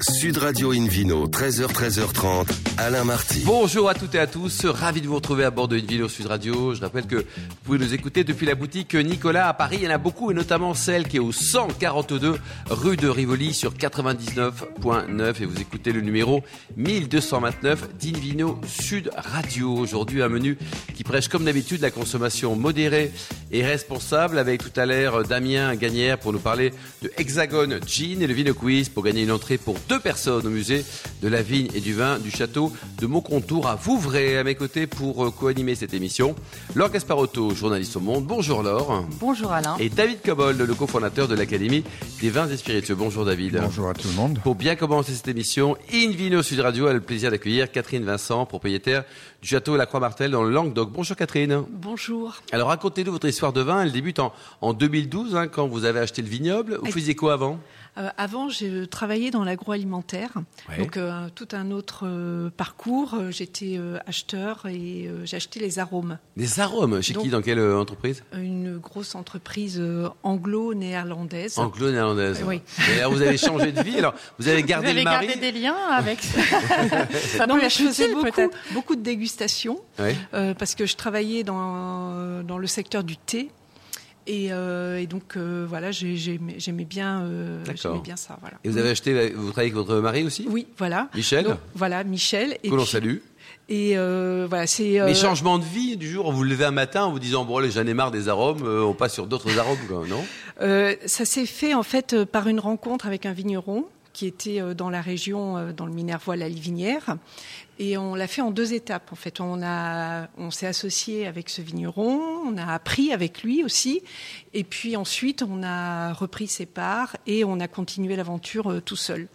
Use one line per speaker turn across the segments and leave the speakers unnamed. Sud Radio Invino, 13h, 13h30, Alain Marty.
Bonjour à toutes et à tous, ravi de vous retrouver à bord de Invino Sud Radio. Je rappelle que vous pouvez nous écouter depuis la boutique Nicolas à Paris. Il y en a beaucoup et notamment celle qui est au 142 rue de Rivoli sur 99.9 et vous écoutez le numéro 1229 d'Invino Sud Radio. Aujourd'hui un menu qui prêche comme d'habitude la consommation modérée et responsable avec tout à l'heure euh, Damien Gagnère pour nous parler de Hexagone Gin et le Vino Quiz pour gagner une entrée pour deux personnes au musée de la vigne et du vin du château de Moncontour à Vouvray. À mes côtés pour euh, co-animer cette émission, Laure Gasparotto, journaliste au Monde. Bonjour Laure.
Bonjour Alain.
Et David Cobold, le cofondateur de l'Académie des vins et spiritueux. Bonjour David.
Bonjour à tout le monde.
Pour bien commencer cette émission, Invino Sud Radio a le plaisir d'accueillir Catherine Vincent, propriétaire du château La Croix-Martel dans le Languedoc. Bonjour Catherine.
Bonjour.
Alors racontez-nous votre histoire de vin. Elle débute en, en 2012 hein, quand vous avez acheté le vignoble. Vous faisiez quoi avant
euh, avant, j'ai travaillé dans l'agroalimentaire, ouais. donc euh, tout un autre euh, parcours. J'étais euh, acheteur et euh, j'ai acheté les arômes. Euh,
Les arômes Chez donc, qui Dans quelle euh, entreprise
Une grosse entreprise euh, anglo-néerlandaise.
Anglo-néerlandaise.
oui.
Et alors, vous avez changé de vie. Alors, vous avez gardé
vous avez
le mari.
gardé des liens avec. Ça
non, mais je faisais beaucoup, beaucoup de dégustations euh,
ouais.
parce que je travaillais dans, dans le secteur du thé. Et, euh, et, donc euh, voilà, j'aimais ai, bien, euh, bien ça. Voilà.
Et vous avez acheté, vous travaillez avec votre mari aussi
Oui, voilà.
Michel donc,
Voilà, Michel.
Que l'on salue.
Et euh, voilà, c'est.
Euh... Mais changement de vie du jour, vous vous levez un matin en vous disant bon, j'en ai marre des arômes, euh, on passe sur d'autres arômes, quoi,
non Euh, Ça s'est fait en fait euh, par une rencontre avec un vigneron qui était euh, dans la région, dans le Minervois, la Livinière, et on l'a fait en deux étapes. En fait, on a, on s'est associé avec ce vigneron, on a appris avec lui aussi, et puis ensuite on a repris ses parts et on a continué l'aventure euh, tout seul.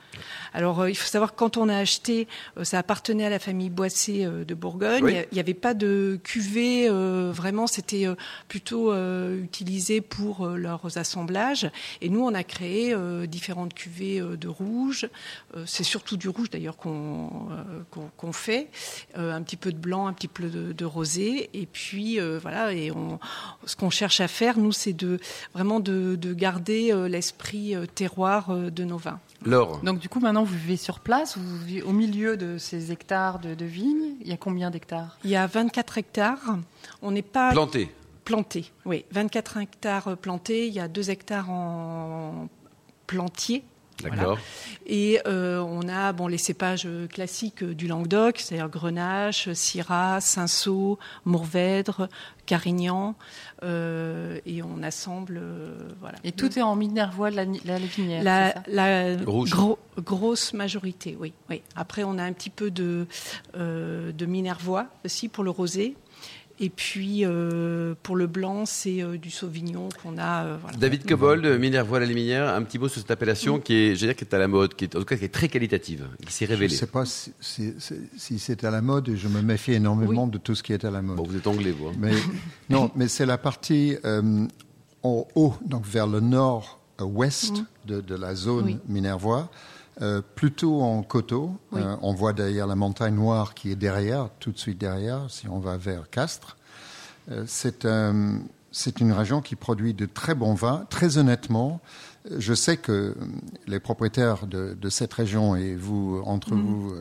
Alors, euh, il faut savoir que quand on a acheté, euh, ça appartenait à la famille Boissé euh, de Bourgogne. Oui. Il n'y avait pas de cuvée, euh, vraiment, c'était plutôt euh, utilisé pour euh, leurs assemblages. Et nous, on a créé euh, différentes cuvées euh, de rouge. Euh, C'est surtout du rouge, d'ailleurs, qu'on qu qu fait. Euh, un petit peu de blanc, un petit peu de, de rosé. Et puis, euh, voilà, et on, ce qu'on cherche à faire, nous, c'est de, vraiment de, de garder euh, l'esprit terroir euh, de nos vins.
Laure.
Donc du coup, maintenant, vous vivez sur place, vous vivez au milieu de ces hectares de, de vignes. Il y a combien d'hectares
Il y a 24 hectares. On n'est pas
planté.
Planté, oui. 24 hectares plantés. Il y a 2 hectares en plantier.
D'accord. Voilà.
Et euh, on a bon les cépages classiques du Languedoc, c'est-à-dire Grenache, Syrah, Cinsault, Mourvèdre, Carignan, euh, et on assemble euh, voilà.
Et tout est en minervois la, la,
la, la, la gro grosse majorité, oui, oui. Après on a un petit peu de euh, de minervois aussi pour le rosé, et puis euh, pour le blanc, c'est euh, du Sauvignon qu'on a. Euh, voilà.
David Cobold, Minervois la Luminière, un petit mot sur cette appellation mmh. qui est, je veux dire, qui est à la mode, qui est en tout cas qui est très qualitative, qui s'est révélée.
Je ne sais pas si, si, si c'est à la mode et je me méfie énormément oui. de tout ce qui est à la mode.
Bon, vous êtes anglais, vous. Hein.
Mais, non, mais c'est la partie euh, en haut, donc vers le nord-ouest mmh. de, de, la zone oui. Minervois. Euh, plutôt en coteau. Oui. Euh, on voit d'ailleurs la montagne noire qui est derrière, tout de suite derrière, si on va vers Castres. Euh, c'est un, une région qui produit de très bons vins. Très honnêtement, je sais que euh, les propriétaires de, de cette région et vous, entre
Mhm.
mmh. vous,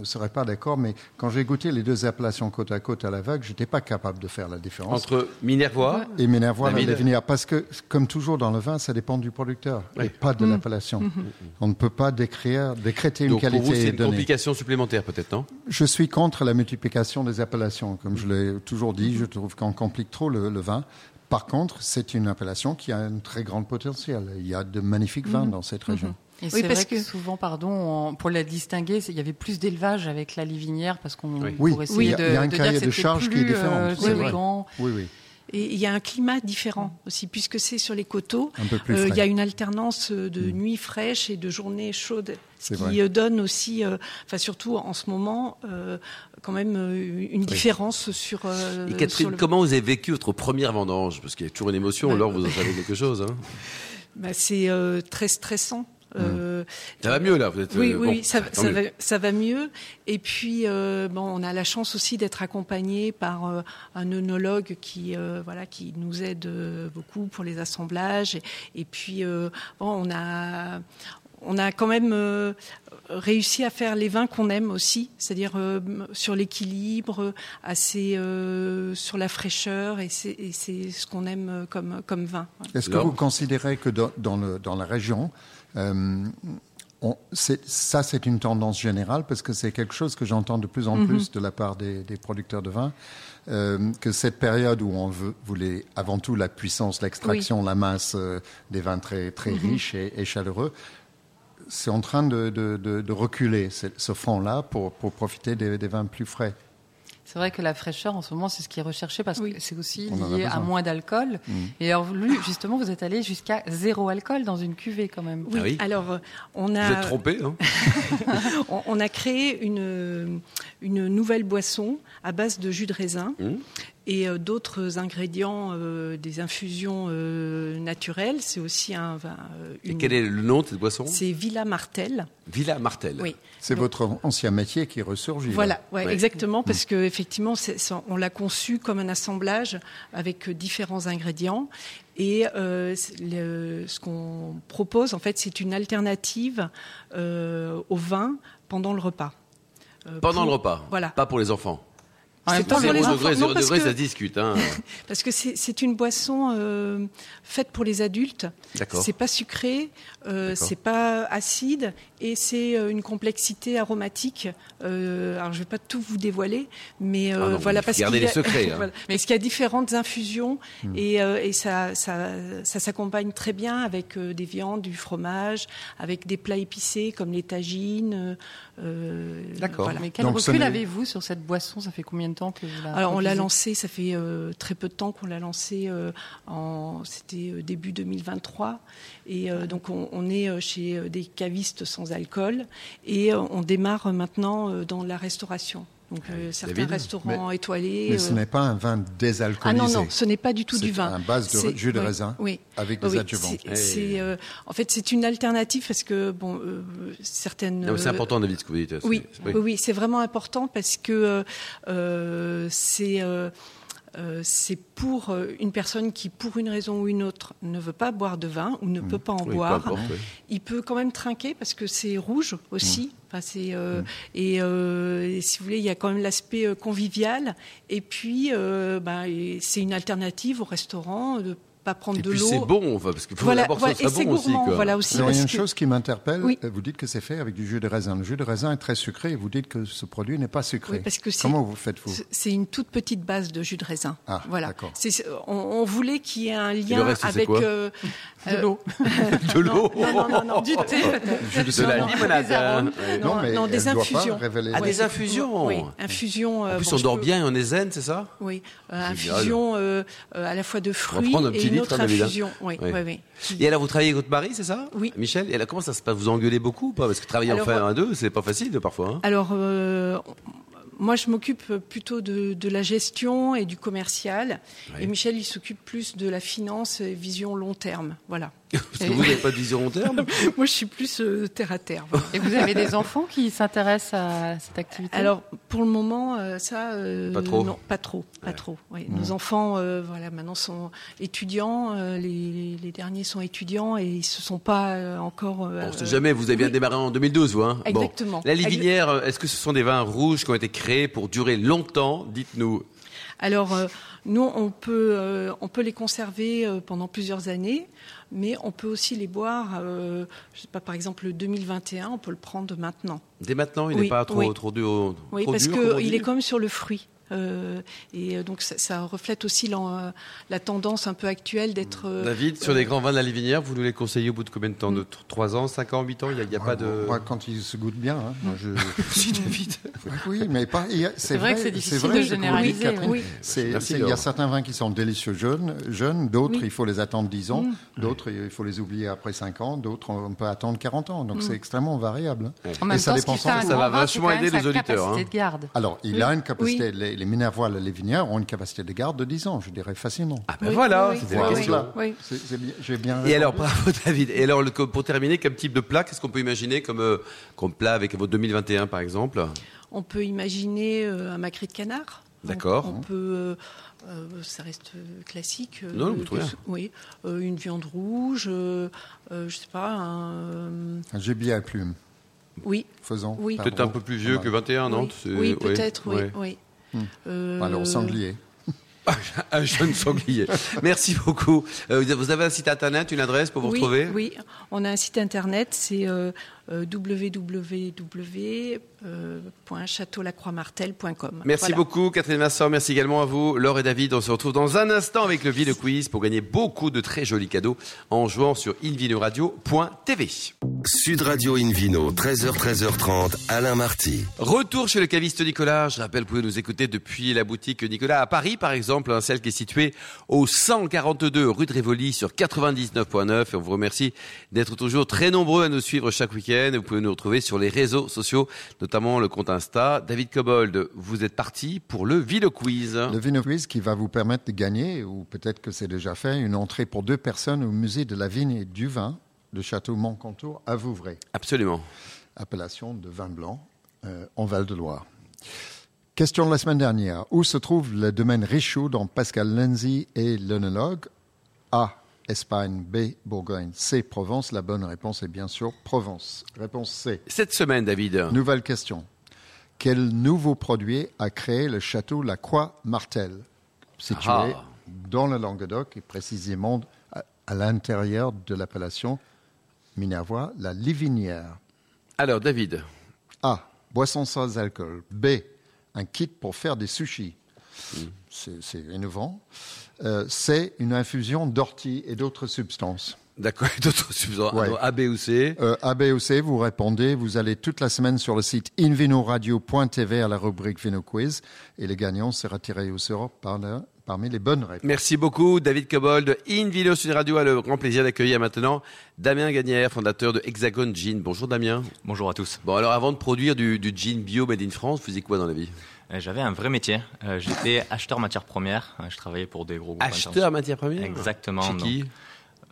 ne serez pas d'accord, mais quand j'ai goûté les deux appellations côte à côte à la vague, je n'étais pas capable de faire la différence.
Entre Minervois
et Minervois la Lévinière. Parce que, comme toujours dans le vin, ça dépend du producteur oui. et pas de mmh. l'appellation. Mmh. On ne peut pas décrire, décréter
Mhm. Donc
une qualité.
Pour vous, c'est une
donnée.
complication supplémentaire, peut-être, non
Je suis contre la multiplication des appellations. Comme je l'ai toujours dit,
Mhm.
je trouve qu'on complique trop le, le vin. Par contre, c'est une appellation qui a un très grand potentiel. Il y a de magnifiques vins
Mhm.
mmh. dans cette région. Mmh.
Et oui, c'est vrai que, que, souvent, pardon, pour la distinguer, il y avait plus d'élevage avec la livinière parce qu'on
oui.
pourrait essayer oui,
il y a, de, il y a un
de
cahier
dire
de charge qui est différent.
Euh,
c'est
vrai.
Oui, oui.
Et il y a un climat différent aussi, puisque c'est sur les coteaux.
Un peu plus
euh, il y a une alternance de mmh. nuits fraîches et de journées chaudes, ce qui vrai. donne aussi, euh, enfin surtout en ce moment, euh, quand même euh, une oui. différence Euh, sur.
et Catherine, sur le... comment vous avez vécu votre première vendange Parce qu'il y a toujours une émotion, alors vous en savez quelque chose. Hein.
Bah, c'est très stressant.
Euh, ça va mieux là, vous êtes.
Oui,
euh,
oui,
bon,
oui ça, ça, va, ça, va, mieux. Et puis, euh, bon, on a la chance aussi d'être accompagné par euh, un œnologue qui, euh, voilà, qui nous aide beaucoup pour les euh, assemblages. Et, et puis, bon, on a, on a quand même euh, réussi à faire les vins qu'on aime aussi, c'est-à-dire euh, sur l'équilibre, assez euh, sur la fraîcheur, et c'est, et c'est ce qu'on aime comme, comme vin.
Ouais. Est-ce que vous considérez que dans, dans, le, dans la région, euh, on, c'est, ça c'est une tendance générale, parce que c'est quelque chose que j'entends de plus en
Mhm.
mm-hmm. plus de la part des, des producteurs de vin, euh, que cette période où on veut, voulait avant tout la puissance, l'extraction, oui. la masse euh, des vins très, très
Mhm.
mm-hmm. riches et, et chaleureux, c'est en train de, de, de, de reculer, ce, ce front-là, pour, pour profiter des, des, vins plus frais.
C'est vrai que la fraîcheur, en ce moment, c'est ce qui est recherché parce oui. que c'est aussi lié à moins d'alcool.
Mm.
Mmh. Et alors, lui, justement, vous êtes allé jusqu'à zéro alcool dans une cuvée, quand même.
Oui, ah oui. alors, on a.
Vous êtes trompé, hein
on, on, a créé une, euh, une nouvelle boisson à base de jus de raisin. Mmh et d'autres ingrédients, euh, des infusions euh, naturelles. C'est aussi un vin. Euh,
une... Et quel est le nom de cette boisson
C'est Villa Martel.
Villa Martel.
Oui.
C'est Donc, votre ancien métier qui ressurgit.
Voilà, ouais, ouais. exactement,
Mm.
parce que effectivement, c'est, on l'a conçu comme un assemblage avec euh, différents ingrédients. Et euh, le, ce qu'on propose, en fait, c'est une alternative euh, au vin pendant le repas. Euh,
pendant pour, le repas. Voilà. Pas pour les enfants. C'est temps, les enfants, degré, non, parce degré, que, ça discute. Hein.
parce que c'est, c'est une boisson euh, faite pour les adultes. D'accord. C'est pas sucré, euh, c'est pas acide et c'est euh, une complexité aromatique. Euh, alors je vais pas tout vous dévoiler, mais ah non, voilà parce
qu'il y a,
les
secrets, hein.
voilà, mais qu'il y a différentes infusions hum. et, et ça, ça, ça, s'accompagne très bien avec euh, des viandes, du fromage, avec des plats épicés comme les tagines. euh,
D'accord. Voilà.
Mais quel Donc, recul avez-vous sur cette boisson Ça fait combien de que vous la
Alors on l'a lancé, ça fait euh, très peu de temps qu'on l'a lancé. Euh, en, c'était euh, début 2023, et euh, donc on, on, est chez euh, des cavistes sans alcool, et euh, on démarre maintenant euh, dans la restauration. Donc euh, certains David, restaurants
Ah, mais,
étoilés. euh,
Mais ce n'est pas un vin désalcoolisé.
Ah non non, ce n'est pas du tout
c'est
du vin.
C'est base de c'est, jus de raisin oui, avec oui, des adjuvants. euh,
C'est, hey. c'est euh, en fait c'est une alternative parce que bon euh, certaines.
Ah,
euh,
Non, c'est important David ce que vous dites.
Oui, oui oui, c'est vraiment important parce que euh, c'est, euh, euh, c'est pour euh, une personne qui, pour une raison ou une autre, ne veut pas boire de vin ou ne mmh. peut pas en oui, boire. Pas importe, oui. Il peut quand même trinquer parce que c'est rouge aussi. Mmh. Enfin, c'est, mmh. et, euh, et, si vous voulez, il y a quand même l'aspect euh, convivial. Et puis, bah, et c'est une alternative au restaurant de pas prendre
et
de
puis
l'eau.
C'est bon, enfin, parce que pour voilà, voilà, ça
et c'est
bon
gourmand,
aussi.
Voilà aussi
Alors, il y a une que... chose qui m'interpelle. Oui. Vous dites que c'est fait avec du jus de raisin. Le jus de raisin est très sucré et vous dites que ce produit n'est pas sucré.
Oui, parce que c'est,
Comment vous faites-vous
C'est une toute petite base de jus de raisin.
Ah,
voilà.
D'accord.
C'est, on, on, voulait qu'il y ait un lien
reste,
avec.
Euh,
de l'eau.
de l'eau
non, non, non, non, du thé.
Du de, de la limonade. hein.
Non, mais non, des infusions.
Ah, des infusions
Oui, infusions. euh, En
plus, on dort bien et on est zen, c'est ça
Oui. euh, Infusion euh, à la fois de fruits et une autre infusion. Oui, hein, oui. Oui,
et alors, vous travaillez avec votre mari, c'est ça
Oui.
Michel, et alors, comment ça se passe Vous engueulez beaucoup ou pas Parce que travailler alors, en enfin, euh, à deux, c'est pas facile parfois. Hein.
Alors, euh, moi, je m'occupe plutôt de, de, la gestion et du commercial. Et Michel, il s'occupe plus de la finance et vision long terme. Voilà.
Parce que vous n'avez pas de vision long terme
Moi, je suis plus euh, terre à terre.
Voilà. Et vous avez des enfants qui s'intéressent à cette activité
Alors, pour le moment, euh, ça. Euh,
pas trop Mm.
Non, pas trop. Pas ouais. trop ouais. Mmh. Nos enfants, voilà, maintenant sont étudiants. euh, Les, les, derniers sont étudiants et ils ne se sont pas euh, encore.
On sait jamais, vous avez bien oui. démarré en 2012, vous. Hein
Exactement. Bon.
La Livinière, est-ce que ce sont des vins rouges qui ont été créés pour durer longtemps Dites-nous.
Alors, euh, nous, on peut, euh, on peut les conserver euh, pendant plusieurs années mais on peut aussi les boire, euh, je sais pas, par exemple le 2021, on peut le prendre maintenant.
Dès maintenant, il n'est oui, pas trop, oui. trop dur.
Oui,
trop
parce
dur,
qu'il est comme sur le fruit. Euh, et donc ça, ça reflète aussi la, la, tendance un peu actuelle d'être. Euh,
David, sur les grands vins de la Livinière, vous nous les conseillez au bout de combien de temps De 3 ans, 5 ans, 8 ans Il n'y a, y a
moi,
pas de.
Moi, quand ils se goûtent bien. Hein, moi, je...
si, David.
Oui, mais pas. A, c'est,
c'est vrai, que c'est difficile c'est vrai, de généraliser. Il oui. oui.
y a certains vins qui sont délicieux jeunes, jeunes d'autres, oui. il faut les attendre 10 ans, d'autres, il faut les oublier après 5 ans, d'autres, on peut attendre 40 ans. Donc c'est extrêmement variable. hein.
En même et ça dépend ça va
vachement aider les auditeurs.
Alors, il a une capacité les Minervois et les Vignières ont une capacité de garde de 10 ans, je dirais facilement.
Ah ben oui, voilà,
oui,
c'est oui, la question.
C'est, c'est bien, j'ai bien
Et alors, bravo David. Et alors, pour terminer, quel type de plat, qu'est-ce qu'on peut imaginer comme, euh, comme plat avec votre 2021 par exemple
On peut imaginer euh, un macré de canard.
D'accord.
On, on peut. Euh, ça reste classique.
non, euh, vous trouvez
Oui, euh, une viande rouge, je sais euh, pas, un. euh,
Un gibier à plumes.
Oui.
Faisons.
Oui.
par
Peut-être un
gros.
peu plus vieux que 21, non
oui,
C'est-
oui
ouais,
peut-être, oui.
ouais.
oui. Euh,
Alors, sanglier.
Un jeune sanglier. Merci beaucoup. Euh, vous avez un site internet, une adresse pour vous
oui,
retrouver
Oui, on a un site internet, c'est euh, euh, www.châteaulacroixmartel.com.
Merci
Voilà.
beaucoup, Catherine Vincent. Merci également à vous, Laure et David. On se retrouve dans un instant avec le Ville Quiz pour gagner beaucoup de très jolis cadeaux en jouant sur invinoradio.tv.
Sud Radio Invino, 13h, 13h30, Alain Marty.
Retour chez le caviste Nicolas. Je rappelle, vous pouvez nous écouter depuis la boutique Nicolas à Paris, par exemple, hein, celle qui est située au 142 rue de Rivoli sur 99.9. Et on vous remercie d'être toujours très nombreux à nous suivre chaque week-end. Vous pouvez nous retrouver sur les réseaux sociaux, notamment le compte Insta. David Cobold, vous êtes parti pour le Ville Quiz.
Le Vino Quiz qui va vous permettre de gagner, ou peut-être que c'est déjà fait, une entrée pour deux personnes au musée de la vigne et du vin de Château Moncontour à Vouvray,
Absolument.
appellation de vin blanc euh, en Val-de-Loire. Question de la semaine dernière. Où se trouve le domaine Richaud dont Pascal Lenzi est l'œnologue A. Espagne, B. Bourgogne, C. Provence. La bonne réponse est bien sûr Provence. Réponse C.
Cette semaine, David,
Nouvelle question. Quel nouveau produit a créé le château La Croix-Martel, situé
Ah.
dans le Languedoc et précisément à, à l'intérieur de l'appellation Minervois, la Livinière
alors David,
A. Boisson sans alcool. B. Un kit pour faire des sushis.
Mm.
C'est c'est innovant. Euh, C. Une infusion d'ortie et d'autres substances.
d'accord, d'autres substances,
Ouais.
A, B ou C.
Euh, A, B ou C, vous répondez. Vous allez toute la semaine sur le site invinoradio.tv à la rubrique Vino Quiz et le gagnant sera tiré au sort par la- parmi les bonnes réponses.
Merci beaucoup, David Cobold. Invino Sud Radio a le grand plaisir d'accueillir maintenant Damien Gagnère, fondateur de Hexagon Gin. Bonjour Damien.
Bonjour à tous.
Bon, alors avant de produire du, du gin bio made in France, vous faisiez quoi dans la vie
Euh, J'avais un vrai métier. Euh, J'étais acheteur matière première. Je travaillais pour des gros groupes.
Acheteur
internationaux.
matière première
Exactement.
Chez
donc,
qui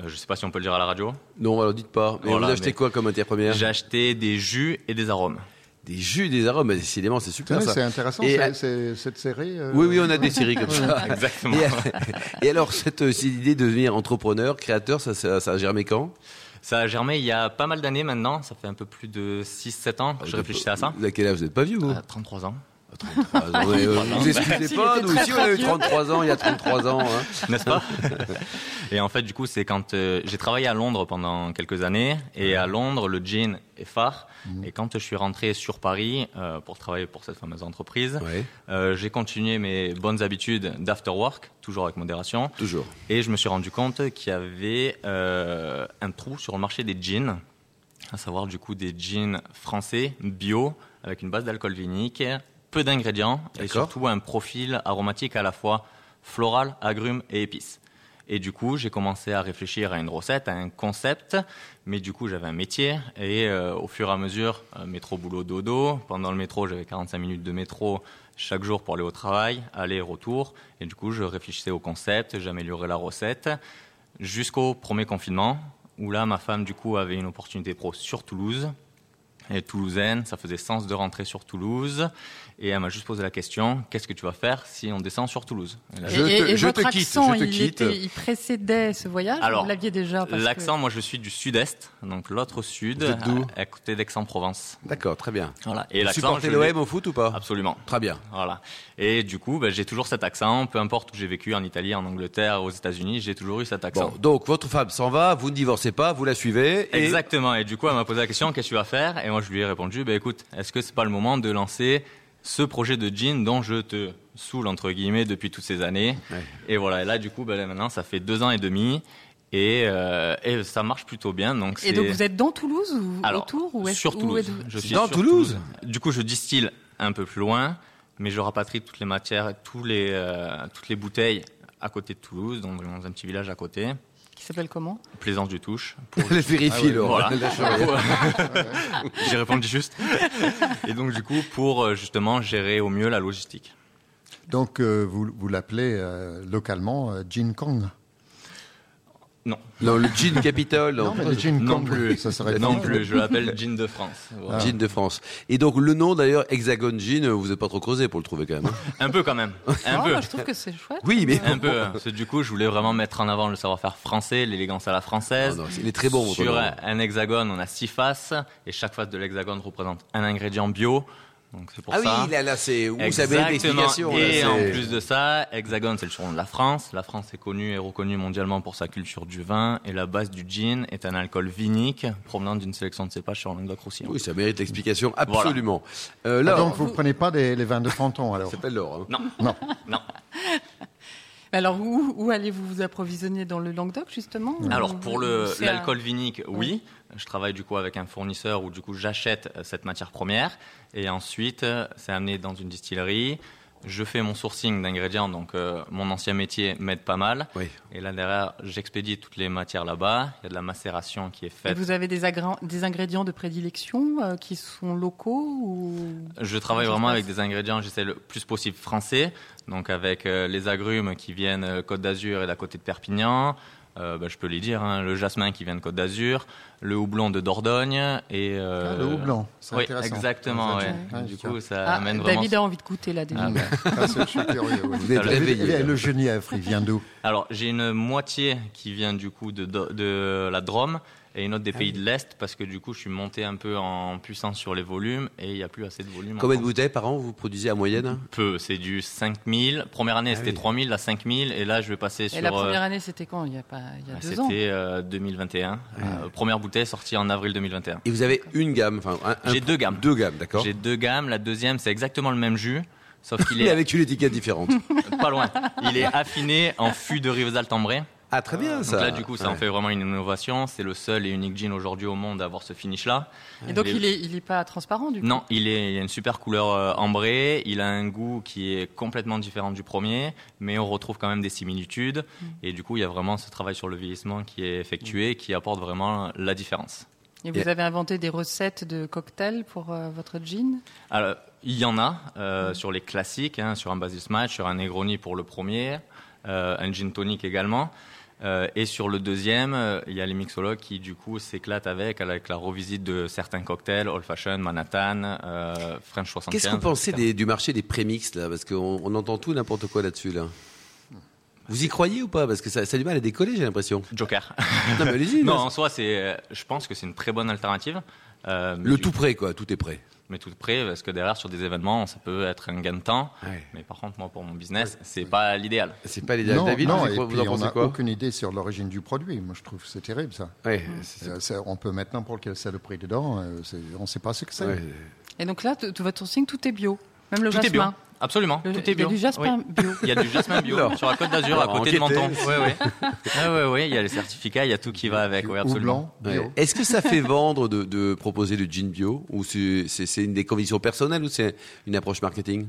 euh, je sais pas si on peut le dire à la radio.
Non, alors dites pas. Mais
Voilà,
vous achetez
Oh mais-
quoi comme matière première
J'ai acheté des jus et des arômes.
Des jus, des arômes, bah, décidément, c'est super
Ouais,
ça.
C'est intéressant
Et-
c'est- c'est- cette série. euh,
Oui, oui, on a des séries comme ça.
Exactement.
Et, et alors, cette, euh, cette idée de devenir entrepreneur, créateur, ça, ça, ça a germé quand
Ça a germé il y a pas mal d'années maintenant. Ça fait un peu plus de 6-7 ans que je réfléchissais à ça.
Vous avez quel âge Vous n'êtes pas vieux, vous
À 33 ans.
Ah, ouais, euh, vous excusez
S'il
pas,
était
nous
très,
aussi on
très
a eu
vieux.
33 ans il y a 33 ans. hein.
n'est-ce pas Et en fait, du coup, c'est quand euh, j'ai travaillé à Londres pendant quelques années, et à Londres, le gin est phare.
Mm.
Et quand je suis rentré sur Paris euh, pour travailler pour cette fameuse entreprise,
Ouais.
euh, j'ai continué mes bonnes habitudes d'after work, toujours avec modération,
Toujours.
et je me suis rendu compte qu'il y avait euh, un trou sur le marché des jeans, à savoir du coup des jeans français bio avec une base d'alcool vinique, peu d'ingrédients et
D'accord.
surtout un profil aromatique à la fois floral, agrumes et épices. Et du coup, j'ai commencé à réfléchir à une recette, à un concept, mais du coup, j'avais un métier. Et euh, au fur et à mesure, euh, métro, boulot, dodo. Pendant le métro, j'avais 45 minutes de métro chaque jour pour aller au travail, aller et retour. Et du coup, je réfléchissais au concept, j'améliorais la recette, jusqu'au premier confinement, où là, ma femme, du coup, avait une opportunité pro sur Toulouse. Et toulousaine, ça faisait sens de rentrer sur Toulouse. Et elle m'a juste posé la question qu'est-ce que tu vas faire si on descend sur Toulouse Et là,
Je
et,
te-
et
je
votre
te quitte,
accent,
je te
il,
quitte.
était- il précédait ce voyage
Alors,
Vous l'aviez déjà parce que-
L'accent, moi je suis du sud-est, donc l'autre sud,
Vous êtes d'où
à, à côté d'Aix-en-Provence.
D'accord, très bien.
Voilà. Et
Vous
l'accent,
supportez
je l'ai-
l'OM au foot ou pas
Absolument.
Très bien.
Voilà. Et du coup, ben, j'ai toujours cet accent, peu importe où j'ai vécu, en Italie, en Angleterre, aux États-Unis, j'ai toujours eu cet accent.
Bon, donc votre femme s'en va, vous ne divorcez pas, vous la suivez. Et...
Exactement. Et du coup, elle m'a posé la question qu'est-ce que tu vas faire Et moi, je lui ai répondu ben écoute, est-ce que c'est pas le moment de lancer ce projet de jean dont je te saoule entre guillemets depuis toutes ces années
Ouais.
Et voilà. Et là, du coup, ben, là, maintenant, ça fait deux ans et demi. Et, euh, et ça marche plutôt bien. Donc
Et donc
c'est-
vous êtes dans Toulouse ou
Alors,
autour ou est
sur Toulouse. Je suis
Dans
sur
Toulouse
Du coup, je distille un peu plus loin, mais je rapatrie toutes les matières, tous les, euh, toutes les bouteilles à côté de Toulouse, donc dans un petit village à côté,
Qui s'appelle comment
Plaisance du Touche. Pour... Ah
Elle vérifie, Laure.
Voilà. J'ai répondu juste. Et donc, du coup, pour euh, justement gérer au mieux la logistique.
Donc, euh, vous, vous l'appelez euh, localement euh, Gin Kong.
Non.
Non, le gin Capitole.
Non, mais le gin
Non
Cambrai,
plus.
ça serait
non
bien.
plus, je l'appelle Jean de France. Voilà.
Ah.
Gin de France. Et donc le nom d'ailleurs, Hexagone Gin, euh, vous n'êtes pas trop creusé pour le trouver quand même. hein.
Un peu quand même. Un
Ah,
peu.
moi, je trouve que c'est chouette.
Oui, mais
Un peu. hein. Parce que du coup, je voulais vraiment mettre en avant le savoir-faire français, l'élégance à la française.
Oh, Ah, Non, non, il est très bon, votre
Sur
nom.
un, un hexagone, on a six faces et chaque face de l'hexagone représente un ingrédient bio. Donc c'est pour
ah
ça.
oui, là, là c'est où ça mérite
Exactement.
l'explication. là,
Et en
c'est-
plus de ça, Hexagone, c'est le surnom de la France. La France est connue et reconnue mondialement pour sa culture du vin. Et la base du gin est un alcool vinique provenant d'une sélection de cépages sur languedoc-roussillon.
Oui, ça mérite l'explication absolument. Euh,
Ah,
Laure,
donc vous ne prenez pas des- les vins de Fronton alors Euh,
ça s'appelle Laure. hein.
Non,
Non.
non.
Mais alors, où, où allez-vous vous approvisionner dans le Languedoc, justement
Alors pour le
C'est un-
l'alcool vinique, oui, je travaille du coup avec un fournisseur où du coup j'achète euh, cette matière première et ensuite euh, c'est amené dans une distillerie. Je fais mon sourcing d'ingrédients, donc euh, mon ancien métier m'aide pas mal.
Oui.
Et là derrière, j'expédie toutes les matières là-bas. Il y a de la macération qui est
Et
faite.
vous avez des, agré- des ingrédients de prédilection euh, qui sont locaux ou...
Je travaille
Comment ça
vraiment
se
avec
passe
des ingrédients, j'essaie le plus possible français, donc avec euh, les agrumes qui viennent euh, Côte d'Azur et d'à côté de Perpignan. Euh, bah, je peux les dire, hein, le jasmin qui vient de Côte d'Azur, le houblon de Dordogne et euh,
Ah, le houblon, c'est
Oui,
intéressant. Ah,
exactement.
C'est
ouais.
intéressant.
Du
Ouais,
coup, ça
Ah,
amène vraiment.
David a envie de goûter là déjà.
Ah, bah.
Ah, c'est- je suis curieux, oui.
Vous êtes
Alors,
réveillé. hein.
Et
là.
le genièvre, il vient d'où
Alors, j'ai une moitié qui vient du coup de, Do- de la Drôme et une autre
Ah
des pays de l'Est parce que du coup, je suis monté un peu en puissance sur les volumes et il n'y a plus assez de volume. en
Combien de
France.
bouteilles par an vous produisez à moyenne
peu, c'est du 5000. Première
Ah
année, c'était 3000, la 5000, et là, je vais passer
Et
sur.
la première
euh,
année, c'était quand Il y a, pas, il y a deux ans.
C'était euh, 2021.
Ah
Euh, première bouteille sortie en avril 2021.
Et vous avez une gamme, enfin un- un-
J'ai deux gammes.
deux gammes, d'accord.
J'ai deux gammes. La deuxième, c'est exactement le même jus, sauf qu'il
Mais
est
avec une étiquette différente.
pas loin. Il est affiné en fût de Rivesal Tambray.
ah très bien
Donc
ça.
là, du coup, ça en
Ouais.
fait vraiment une innovation. C'est le seul et unique gin aujourd'hui au monde à avoir ce finish-là.
Et donc,
Les-
il est, il est pas transparent du coup
Non, il, est, il a une super couleur euh, ambrée, il a un goût qui est complètement différent du premier, mais on retrouve quand même des similitudes.
Mm.
Et du coup, il y a vraiment ce travail sur le vieillissement qui est effectué, qui apporte vraiment la différence.
Et vous
Et-
avez inventé des recettes de cocktails pour euh, votre gin
Alors, il y en a
Mm.
euh, sur les classiques, hein, sur un Basil Match, sur un Negroni pour le premier, euh, un Gin Tonic également. Euh, et sur le deuxième, euh, il y a les mixologues qui, du coup, s'éclatent avec, avec la revisite de certains cocktails, Old Fashioned, Manhattan, euh, French 75.
Qu'est-ce que vous pensez
etc.
des- du marché des prémix là Parce qu'on on entend tout n'importe quoi là-dessus là. Vous y croyez ou pas Parce que ça, ça a du mal à décoller, j'ai l'impression.
Joker.
Non, mais allez-y.
non,
là.
en soi, c'est, euh, je pense que c'est une très bonne alternative. Euh, mais
le
du-
tout prêt, quoi. Tout est prêt.
Mais tout de près, parce que derrière, sur des événements, ça peut être un gain de temps.
Ouais.
Mais par contre, moi, pour mon business, c'est pas l'idéal.
C'est pas les
Non,
David,
non,
vous, y
et
croyez- vous
puis
en
on
pensez
n'a
quoi
aucune idée sur l'origine du produit. Moi, je trouve que c'est terrible, ça.
Ouais, c'est-
Euh, ça, On peut maintenant, pour lequel c'est le prix dedans, euh, c'est- on ne sait pas ce que c'est.
ouais.
Et donc là, tout tout votre sourcing, tout est bio. Même le
tout
jasmin.
est bio. Absolument,
Le-
tout est
Il y
bio.
a du jasmin
Oui.
bio.
Il y a du jasmin bio
Alors.
sur la côte d'Azur, à
Alors,
côté de
enquêtez.
Menton. Oui, oui. Ah, oui, oui, il y a les certificats, il y a tout qui va avec. Oui,
Ou
absolument.
blanc, bio.
Ouais. Est-ce que ça fait vendre de, de proposer le gin bio Ou c'est c'est- c'est une des convictions personnelles ou c'est une approche marketing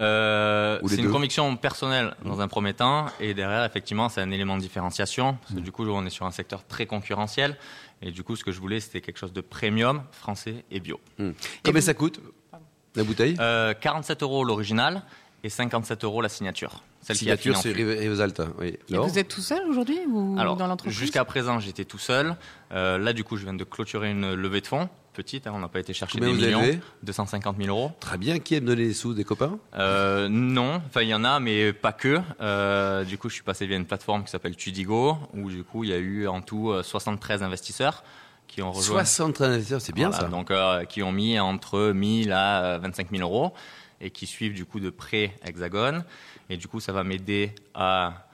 Euh,
Ou les
c'est une
deux. Mm.
conviction personnelle dans un premier temps, et derrière, effectivement, c'est un élément de différenciation. Parce
Mm.
que du coup, on est sur un secteur très concurrentiel, et du coup, ce que je voulais, c'était quelque chose de premium, français et bio.
Hmm. Combien
vous-
ça coûte La bouteille
Euh, 47 euros l'original et 57 euros la signature. Celle qui a
Signature,
fini en
c'est
flux.
Rive- Rivesalta. Oui.
Et
Laure
vous êtes tout seul aujourd'hui ou
Alors,
dans l'entreprise
jusqu'à présent, j'étais tout seul. Euh, là, du coup, je viens de clôturer une levée de fonds petite. hein, on n'a pas été chercher
Combien
des
vous
millions,
avez
250 000 euros.
Très bien. Qui aime donner des sous Des copains
Euh, non, enfin il y en a, mais pas que. Euh, du coup, je suis passé via une plateforme qui s'appelle Tudigo, où du coup, il y a eu en tout euh, 73 investisseurs qui ont rejoint.
60 investisseurs, c'est bien
Voilà,
ça.
Donc, euh, qui ont mis entre 1000 à euh, 25 000 euros et qui suivent du coup de près Hexagone. Et du coup, ça va m'aider à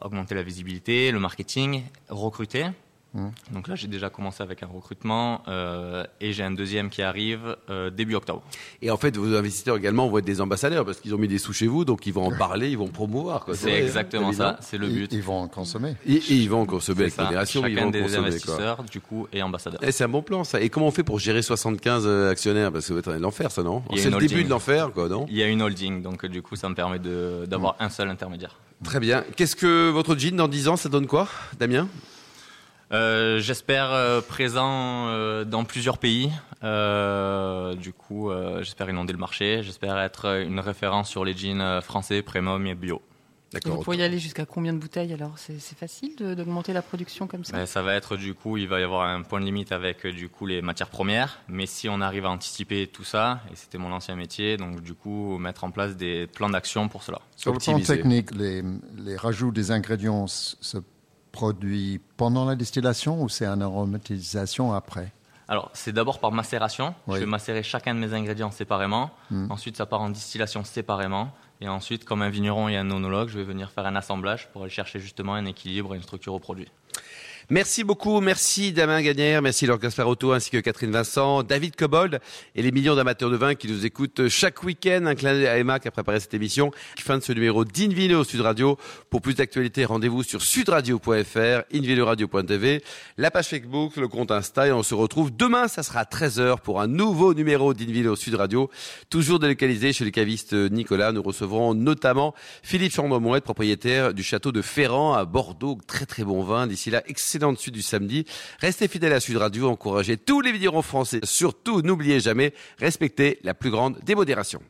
augmenter la visibilité, le marketing, recruter.
Mmh.
Donc là, j'ai déjà commencé avec un recrutement euh, et j'ai un deuxième qui arrive euh, début octobre.
Et en fait, vos investisseurs également vont être des ambassadeurs parce qu'ils ont mis des sous chez vous, donc ils vont en parler, ils vont promouvoir. quoi.
C'est
vrai, hein,
exactement
évident.
ça, c'est le
Ils-
but.
Ils vont en consommer.
Et, et ils vont consommer
C'est
avec
ça.
modération, mais ils
Chacun
vont
des
consommer. quoi.
investisseurs, du coup, et ambassadeurs.
Eh, c'est un bon plan ça. Et comment on fait pour gérer 75 actionnaires Parce que ça va être un- l'enfer ça, non
Il y a
C'est
une
le début
holding.
de l'enfer quoi, non
Il y a une holding, donc euh, du coup, ça me permet de- d'avoir
Mmh.
un seul intermédiaire.
Très bien. Qu'est-ce que votre jean dans 10 ans, ça donne quoi, Damien
Euh, J'espère euh, présent euh, dans plusieurs pays. Euh, du coup, euh, j'espère inonder le marché. J'espère être euh, une référence sur les jeans euh, français, premium et bio.
Vous pourriez aller jusqu'à combien de bouteilles alors C'est c'est facile de- d'augmenter la production comme ça
Ben, ça va être du coup, il va y avoir un point de limite avec euh, du coup les matières premières, mais si on arrive à anticiper tout ça, et c'était mon ancien métier, donc du coup mettre en place des plans d'action pour cela.
Sur le plan
Optimiser.
technique, les, les rajouts des ingrédients s- se produisent pendant la distillation ou c'est une aromatisation après
Alors c'est d'abord par macération,
Oui.
je vais macérer chacun de mes ingrédients séparément, ensuite ça part en distillation séparément, et ensuite comme un vigneron et un onologue, je vais venir faire un assemblage pour aller chercher justement un équilibre et une structure au produit.
Merci beaucoup, merci Damien Gagnère, merci Laure Gasparotto ainsi que Catherine Vincent, David Cobold et les millions d'amateurs de vin qui nous écoutent chaque week-end. Un clin d'œil à Emma qui a préparé cette émission. Fin de ce numéro d'Invino Sud Radio. Pour plus d'actualités, rendez-vous sur sudradio.fr, invinoradio.tv, la page Facebook, le compte Insta et on se retrouve demain, ça sera à 13h pour un nouveau numéro d'Invino Sud Radio, toujours délocalisé chez le caviste Nicolas. Nous recevrons notamment Philippe Chandremouette, propriétaire du château de Ferrand à Bordeaux. Très très bon vin. D'ici là, excellente suite du samedi. Restez fidèles à Sud Radio, encouragez tous les vignerons français. Surtout, n'oubliez jamais, respectez la plus grande démodération.